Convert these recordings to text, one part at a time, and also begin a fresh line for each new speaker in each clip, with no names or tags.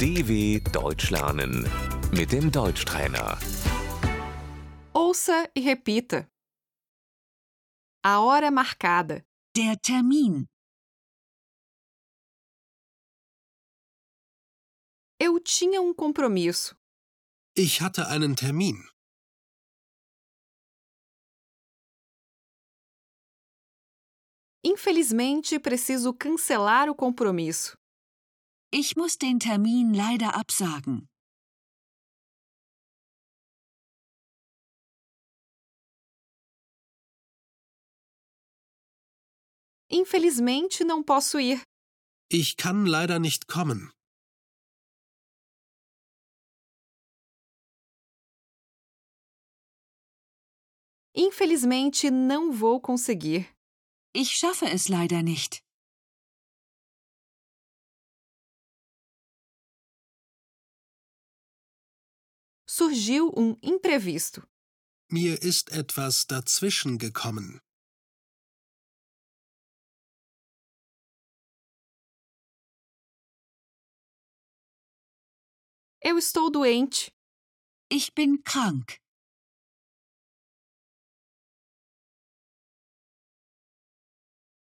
DW Deutsch lernen mit dem Deutschtrainer.
Ouça e repita. A hora é marcada.
Der Termin.
Eu tinha um compromisso.
Ich hatte einen Termin.
Infelizmente, preciso cancelar o compromisso.
Ich muss den Termin leider absagen.
Infelizmente, não posso ir.
Ich kann leider nicht kommen.
Infelizmente, não vou conseguir.
Ich schaffe es leider nicht.
Surgiu um imprevisto.
Mir ist etwas dazwischen gekommen.
Eu estou doente.
Ich bin krank.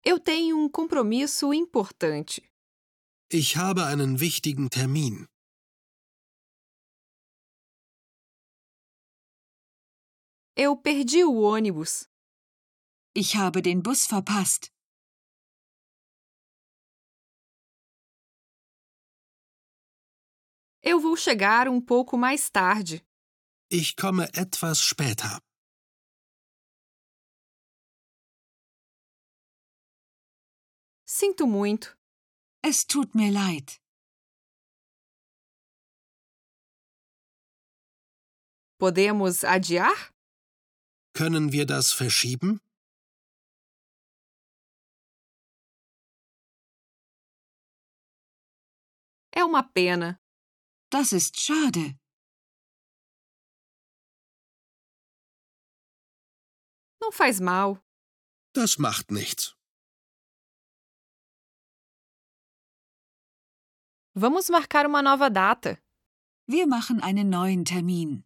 Eu tenho um compromisso importante.
Ich habe einen wichtigen Termin.
Eu perdi o ônibus.
Ich habe den Bus verpasst.
Eu vou chegar um pouco mais tarde.
Ich komme etwas später.
Sinto muito.
Es tut mir leid.
Podemos adiar?
Können wir das verschieben?
É uma pena.
Das ist schade.
Não faz mal.
Das macht nichts.
Vamos marcar uma nova data.
Wir machen einen neuen Termin.